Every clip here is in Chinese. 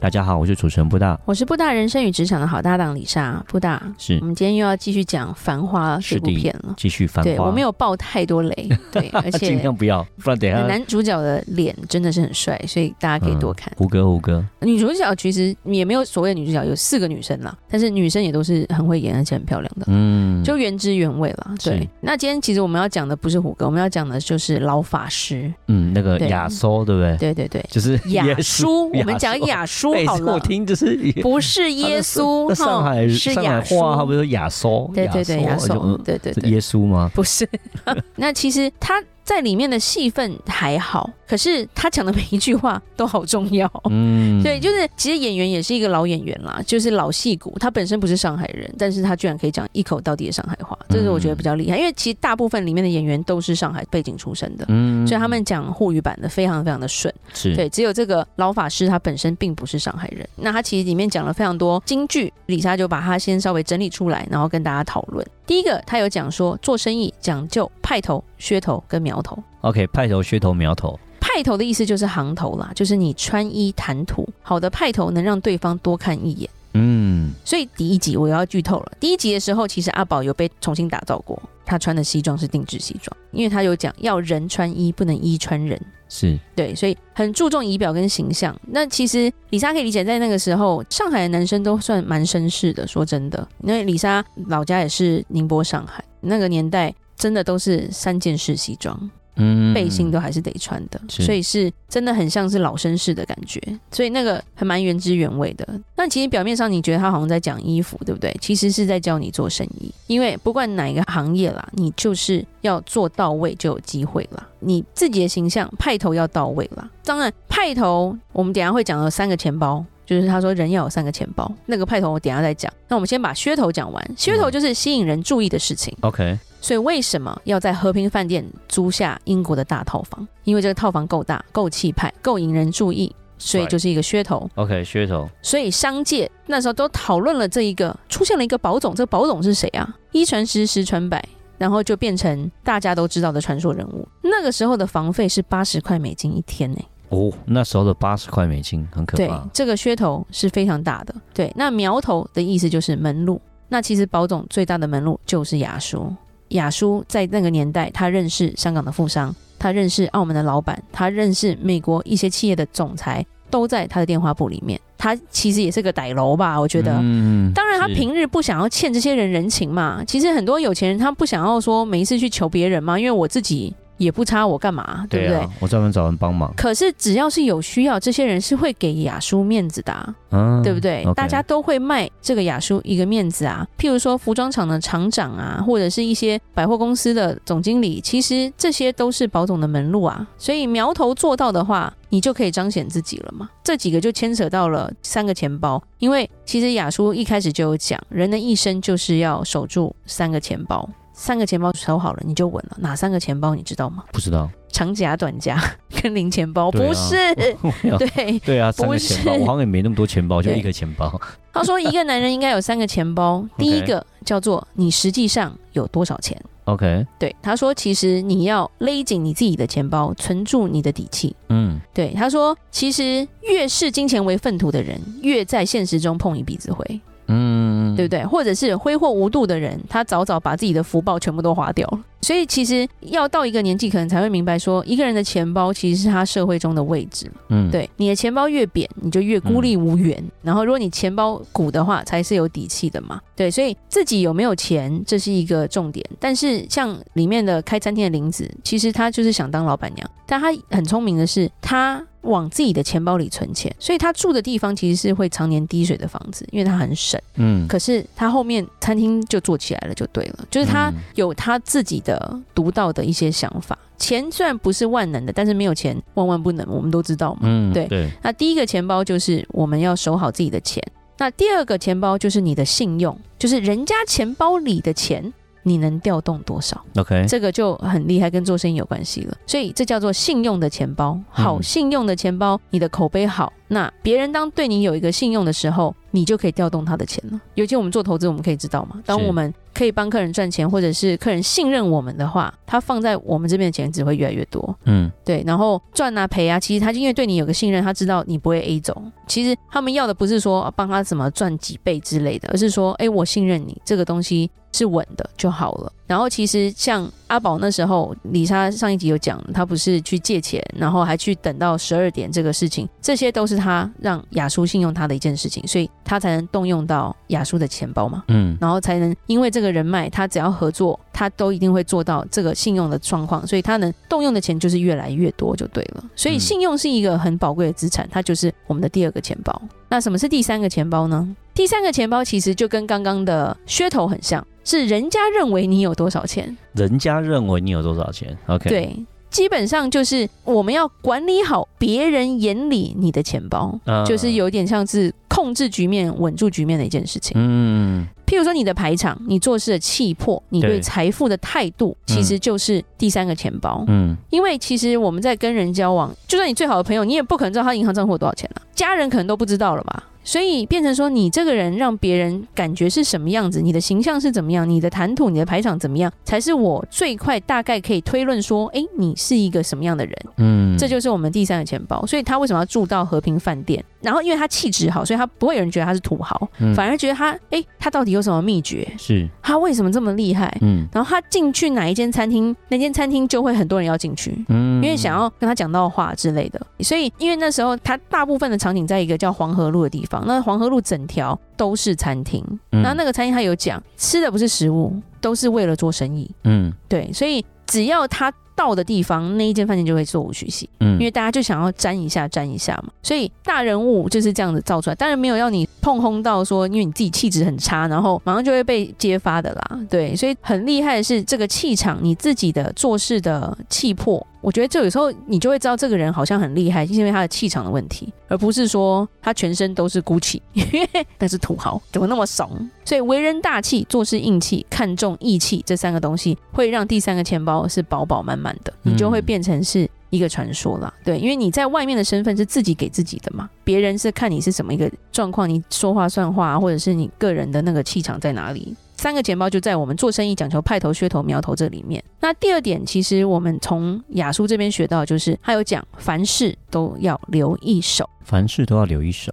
大家好，我是主持人布大，我是布大人生与职场的好搭档李莎。布大，是我们今天又要继续讲《繁花》这嗯部是的片了。继续繁对花。我没有爆太 多雷，对，而尽且量不要，不然等一下嗯男主角的脸真的是很帅，所以大家可以多看。胡歌，胡歌，女主角其实也没有所谓的女主角，有四个女生啦，但是女生也都是很会演，而且很漂亮的。嗯，就原汁原味啦，对是。那今天其实我们要讲的不是胡歌，我们要讲的就是老法师，嗯那个对亚苏，对不对？对对对，就是雅舒，我耶稣们讲雅舒哎好这个我了，听就是不是耶稣那，上海是上海雅舒话，他不是说亚苏，嗯对对对，雅亚松，对对是对，哦耶稣吗？不是。 那其实他在里面的戏份还好，可是他讲的每一句话都好重要。嗯，对，就是其实演员也是一个老演员啦，就是老戏骨。他本身不是上海人，但是他居然可以讲一口到底的上海话，嗯这是我觉得比较厉害。因为其实大部分里面的演员都是上海背景出身的，嗯所以他们讲沪语版的非常非常的顺。是对，只有这个老法师他本身并不是上海人，那他其实里面讲了非常多金句，李莎就把它先稍微整理出来，然后跟大家讨论。第一个，他有讲说做生意讲究派头、噱头跟苗头。 OK 派头、噱头、苗头，派头的意思就是行头啦，就是你穿衣谈吐，好的派头能让对方多看一眼。嗯，所以第一集我要剧透了。第一集的时候，其实阿宝有被重新打造过，他穿的西装是定制西装，因为他有讲要人穿衣，不能衣穿人。是对，所以很注重仪表跟形象。那其实李莎可以理解，在那个时候，上海的男生都算蛮绅士的。说真的，因为李莎老家也是宁波、上海，那个年代真的都是三件式西装，嗯背心都还是得穿的，是所以是真的很像是老绅士的感觉。所以那个还蛮原汁原味的。但其实表面上你觉得他好像在讲衣服，对不对？其实是在教你做生意，因为不管哪一个行业啦，你就是要做到位就有机会啦。你自己的形象派头要到位啦。当然，派头我们等一下会讲到三个钱包。就是他说人要有三个钱包，那个派头我等一下再讲。那我们先把噱头讲完，噱嗯头就是吸引人注意的事情。 OK 所以为什么要在和平饭店租下英国的大套房？因为这个套房够大、够气派、够引人注意，所以就是一个噱头。 OK 噱头，所以商界那时候都讨论了这一个，出现了一个宝总，这个宝总是谁啊？一传十，十传百，然后就变成大家都知道的传说人物。那个时候的房费是八十块美金一天呢、哦，那时候的八十块美金很可对怕，，这个噱头是非常大的。对，那苗头的意思就是门路。那其实宝总最大的门路就是雅舒。雅舒在那个年代，他认识香港的富商，他认识澳门的老板，他认识美国一些企业的总裁，都在他的电话簿里面。他其实也是个歹楼吧，我觉得。嗯当然，他是平日不想要欠这些人人情嘛。其实很多有钱人他不想要说每一次去求别人嘛，因为我自己也不差，我干嘛，对对不对？啊，我专门找人帮忙，可是只要是有需要，这些人是会给雅舒面子的啊、嗯，对不对 OK 大家都会卖这个雅舒一个面子啊。譬如说服装厂的厂长啊，或者是一些百货公司的总经理，其实这些都是保总的门路啊。所以苗头做到的话，你就可以彰显自己了嘛。这几个就牵扯到了三个钱包，因为其实雅舒一开始就有讲，人的一生就是要守住三个钱包。三个钱包守好了，你就稳了。哪三个钱包你知道吗？不知道，长夹、短夹跟零钱包，对啊不是？ 对，对啊，三不个是钱包，我好像也没那么多钱包，就对一个钱包，他说，一个男人应该有三个钱包，第一个叫做你实际上有多少钱。 OK，对，他说，其实你要勒紧你自己的钱包，存住你的底气。嗯，对，他说，其实越视金钱为粪土的人，越在现实中碰一鼻子灰，嗯，对不对？或者是挥霍无度的人，他早早把自己的福报全部都花掉了。所以，其实要到一个年纪，可能才会明白说，一个人的钱包其实是他社会中的位置。嗯，对，你的钱包越扁，你就越孤立无援。然后，如果你钱包鼓的话，才是有底气的嗯嘛。对，所以自己有没有钱，这是一个重点。但是像里面的开餐厅的林子，其实她就是想当老板娘，但她很聪明的是，她往自己的钱包里存钱，所以她住的地方其实是会常年滴水的房子，因为她很省。嗯，可是她后面餐厅就做起来了，就对了，就是她嗯有她自己的独到的一些想法。钱虽然不是万能的，但是没有钱万万不能，我们都知道嘛。嗯，对对，那第一个钱包就是我们要守好自己的钱。那第二个钱包就是你的信用，就是人家钱包里的钱，你能调动多少， OK，这个就很厉害，跟做生意有关系了。所以这叫做信用的钱包。好，嗯信用的钱包，你的口碑好，那别人当对你有一个信用的时候，你就可以调动他的钱了。尤其我们做投资，我们可以知道嘛，当是我们可以帮客人赚钱，或者是客人信任我们的话，他放在我们这边的钱只会越来越多。嗯，对，然后赚啊赔啊，其实他因为对你有个信任，他知道你不会 A 走。其实他们要的不是说啊帮他怎么赚几倍之类的，而是说，哎，我信任你，这个东西是稳的就好了。然后其实像阿宝那时候，李莎上一集有讲，他不是去借钱，然后还去等到十二点这个事情，这些都是他让雅舒信用他的一件事情，所以他才能动用到雅舒的钱包嘛。嗯，然后才能因为这个人脉，他只要合作，他都一定会做到这个信用的状况，所以他能动用的钱就是越来越多就对了。所以嗯信用是一个很宝贵的资产，它就是我们的第二个钱包。那什么是第三个钱包呢？第三个钱包其实就跟刚刚的噱头很像，是人家认为你有多少钱，人家认为你有多少钱，OK，，对。基本上就是我们要管理好别人眼里你的钱包，呃就是，有点像是控制局面、稳住局面的一件事情。嗯，譬如说你的排场、你做事的气魄、你对对财富的态度，其实就是第三个钱包。嗯，因为其实我们在跟人交往，就算你最好的朋友，你也不可能知道他银行账户有多少钱了、家人可能都不知道了吧。所以变成说，你这个人让别人感觉是什么样子，你的形象是怎么样，你的谈吐、你的排场怎么样，才是我最快大概可以推论说，诶，你是一个什么样的人。嗯，这就是我们第三个钱包。所以他为什么要住到和平饭店？然后因为他气质好，所以他不会有人觉得他是土豪，嗯反而觉得他，诶，他到底有什么秘诀？是，他为什么这么厉害？嗯然后他进去哪一间餐厅，那间餐厅就会很多人要进去，嗯，因为想要跟他讲到话之类的。所以，因为那时候他大部分的场景在一个叫黄河路的地方，那黄河路整条都是餐厅。嗯，然后那个餐厅他有讲，吃的不是食物，都是为了做生意。嗯对，所以只要他到的地方，那一间饭店就会座无虚席。嗯，因为大家就想要沾一下沾一下嘛，所以大人物就是这样子造出来。当然没有要你碰轰到说，因为你自己气质很差，然后马上就会被揭发的啦。对，所以很厉害的是这个气场，你自己的做事的气魄。我觉得这有时候你就会知道这个人好像很厉害，是因为他的气场的问题，而不是说他全身都是 GUCCI，因为那是土豪，怎么那么怂？所以为人大气、做事硬气、看重义气这三个东西，会让第三个钱包是饱饱满满的，你就会嗯变。变成是一个传说啦。对，因为你在外面的身份是自己给自己的嘛，别人是看你是什么一个状况，你说话算话，啊或者是你个人的那个气场在哪里。三个钱包就在我们做生意讲求派头、噱头、苗头这里面。那第二点，其实我们从雅叔这边学到的就是，他有讲凡事都要留一手，凡事都要留一手，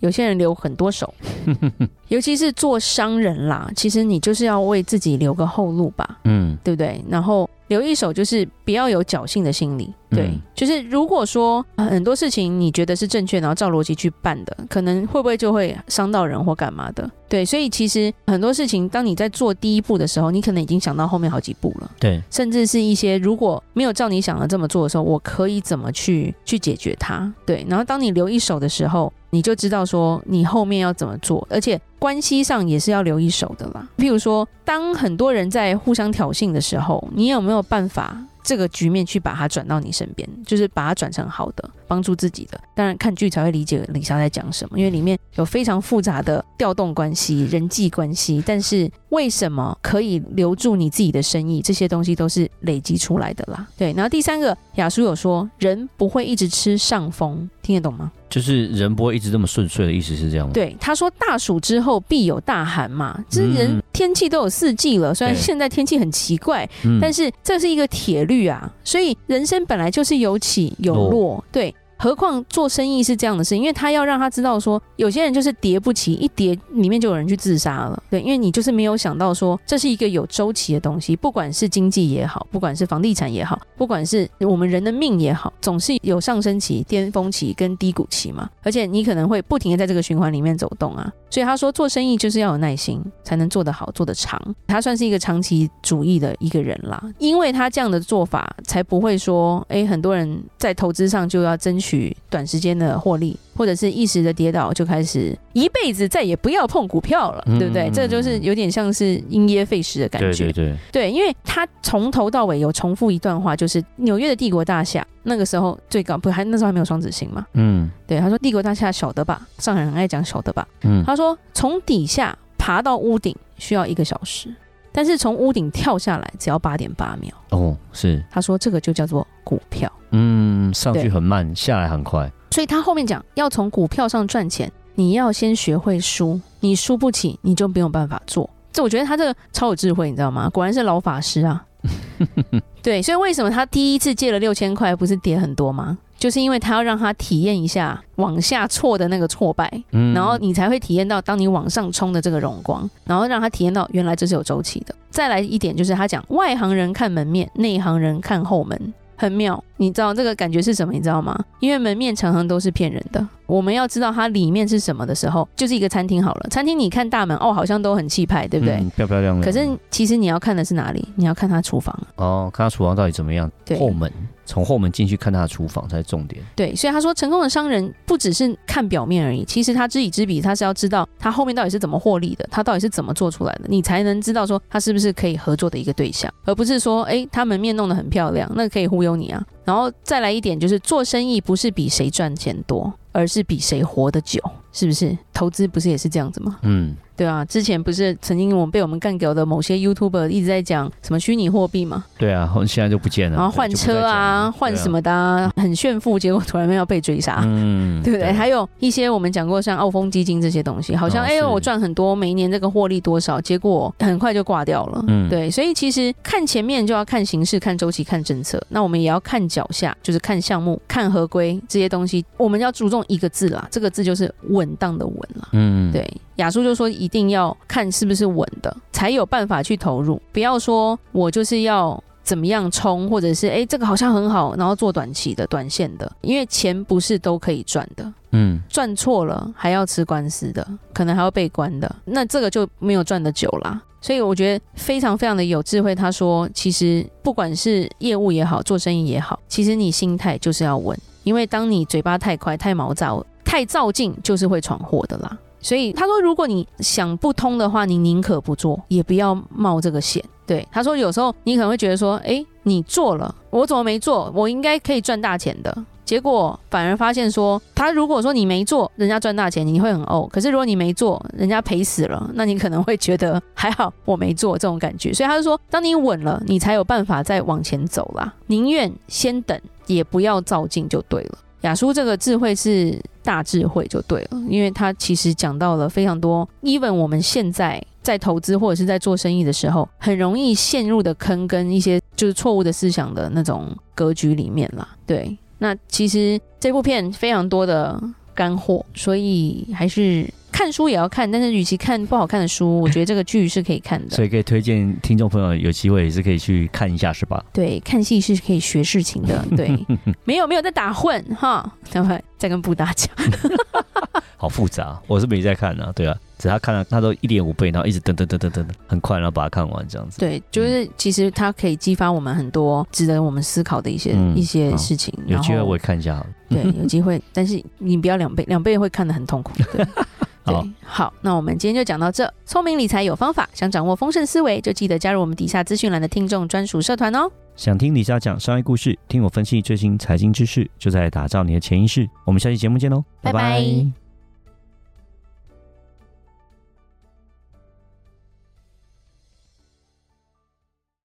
有些人留很多手，尤其是做商人啦，其实你就是要为自己留个后路吧。嗯对不对？然后留一手就是不要有侥幸的心理，对，嗯就是如果说呃很多事情你觉得是正确，然后照逻辑去办的，可能会不会就会伤到人或干嘛的？对，所以其实很多事情，当你在做第一步的时候，你可能已经想到后面好几步了，对，甚至是一些如果没有照你想的这么做的时候，我可以怎么去去解决它？对，然后当你留一手的时候，你就知道说你后面要怎么做，而且关系上也是要留一手的啦。譬如说，当很多人在互相挑衅的时候，你有没有办法？这个局面去把它转到你身边，就是把它转成好的，帮助自己的。当然看剧才会理解李莎在讲什么，因为里面有非常复杂的调动关系、人际关系。但是为什么可以留住你自己的生意，这些东西都是累积出来的啦。对，然后第三个，雅叔有说，人不会一直吃上风，听得懂吗？就是人不会一直这么顺遂的意思是这样吗？，对，他说大暑之后必有大寒嘛，这嗯人天气都有四季了，虽然对现在天气很奇怪，嗯但是这是一个铁律啊，所以人生本来就是有起有落落，对。何况做生意是这样的事，因为他要让他知道说，有些人就是跌不起，一跌里面就有人去自杀了。对，因为你就是没有想到说，这是一个有周期的东西，不管是经济也好，不管是房地产也好，不管是我们人的命也好，总是有上升期、巅峰期跟低谷期嘛。而且你可能会不停的在这个循环里面走动啊。所以他说，做生意就是要有耐心，才能做得好、做得长。他算是一个长期主义的一个人啦，因为他这样的做法，才不会说，诶，很多人在投资上就要争取短时间的获利，或者是一时的跌倒就开始一辈子再也不要碰股票了，嗯对不对？这就是有点像是因噎废食的感对对。觉对，对，因为他从头到尾有重复一段话，就是纽约的帝国大厦那个时候最高，不还那时候还没有双子星嘛？嗯对，他说帝国大厦晓得吧？上海人很爱讲晓得吧？嗯，他说从底下爬到屋顶需要一个小时，但是从屋顶跳下来只要八点八秒。哦，是，他说这个就叫做股票。嗯，上去对很慢，下来很快，所以他后面讲要从股票上赚钱，你要先学会输，你输不起，你就没有办法做。这我觉得他这个超有智慧，你知道吗？果然是老法师啊。对，所以为什么他第一次借了六千块，不是跌很多吗？就是因为他要让他体验一下往下挫的那个挫败，嗯，然后你才会体验到当你往上冲的这个荣光，然后让他体验到原来这是有周期的。再来一点就是他讲外行人看门面，内行人看后门。很妙，你知道这个感觉是什么？你知道吗？因为门面常常都是骗人的。我们要知道它里面是什么的时候，就是一个餐厅好了。餐厅你看大门哦，好像都很气派，对不对？嗯漂漂亮亮，可是其实你要看的是哪里？你要看他厨房。哦，看他厨房到底怎么样，对后门从后门进去看他的厨房才是重点，对，所以他说成功的商人不只是看表面而已，其实他知己知彼，他是要知道他后面到底是怎么获利的，他到底是怎么做出来的，你才能知道说他是不是可以合作的一个对象，而不是说诶，他门面弄得很漂亮，那可以忽悠你啊。然后再来一点就是做生意不是比谁赚钱多，而是比谁活得久，是不是？投资不是也是这样子吗？嗯，对啊，之前不是曾经我们被我们干掉的某些 YouTuber 一直在讲什么虚拟货币吗？对啊， 后现在就不见了，然后换对就不车再讲啊，了换什么的、啊，很炫富，结果突然要被追杀。对啊嗯，对不对？还有一些我们讲过，像澳丰基金这些东西，好像哦哎呦、是我赚很多，每一年这个获利多少，结果很快就挂掉了。嗯对，所以其实看前面就要看形势、看周期、看政策，那我们也要看脚下，就是看项目、看合规这些东西，我们要注重一个字啦，这个字就是稳当的稳啦。嗯，对，雅叔就说一定要看是不是稳的，才有办法去投入，不要说我就是要。怎么样冲，或者是哎，这个好像很好，然后做短期的、短线的，因为钱不是都可以赚的。嗯，赚错了还要吃官司的，可能还要被关的，那这个就没有赚的久啦。所以我觉得非常非常的有智慧。他说，其实不管是业务也好，做生意也好，其实你心态就是要稳，因为当你嘴巴太快、太毛躁、太躁进，就是会闯祸的啦。所以他说，如果你想不通的话，你宁可不做，也不要冒这个险。对，他说有时候你可能会觉得说，诶，你做了，我怎么没做？我应该可以赚大钱的。结果反而发现说，他如果说你没做，人家赚大钱，你会很怄；可是如果你没做，人家赔死了，那你可能会觉得还好我没做这种感觉。所以他就说，当你稳了，你才有办法再往前走啦。宁愿先等，也不要照进就对了。雅叔这个智慧是大智慧就对了，因为他其实讲到了非常多，even 我们现在在投资或者是在做生意的时候，很容易陷入的坑跟一些就是错误的思想的那种格局里面啦。对，那其实这部片非常多的干货，所以还是看书也要看，但是与其看不好看的书，我觉得这个剧是可以看的。所以可以推荐听众朋友有机会也是可以去看一下，是吧？对，看戏是可以学事 情的。对，没有没有在打混哈，待会再跟布达讲。嗯好复杂，我是没在看啊，对啊，只是他看了，他都一点五倍，然后一直等等等等等等，很快，然后把它看完这样子。对，就是其实它可以激发我们很多值得我们思考的一些、嗯一些好事情。有机会然后我也看一下好了。 对有机会，但是你不要两倍，两倍会看得很痛苦。 对好对，好，那我们今天就讲到这。聪明理财有方法，想掌握丰盛思维，就记得加入我们底下资讯栏的听众专属社团哦。想听李莎讲商业故事，听我分析最新财经知识，就在打造你的潜意识。我们下期节目见喽，拜拜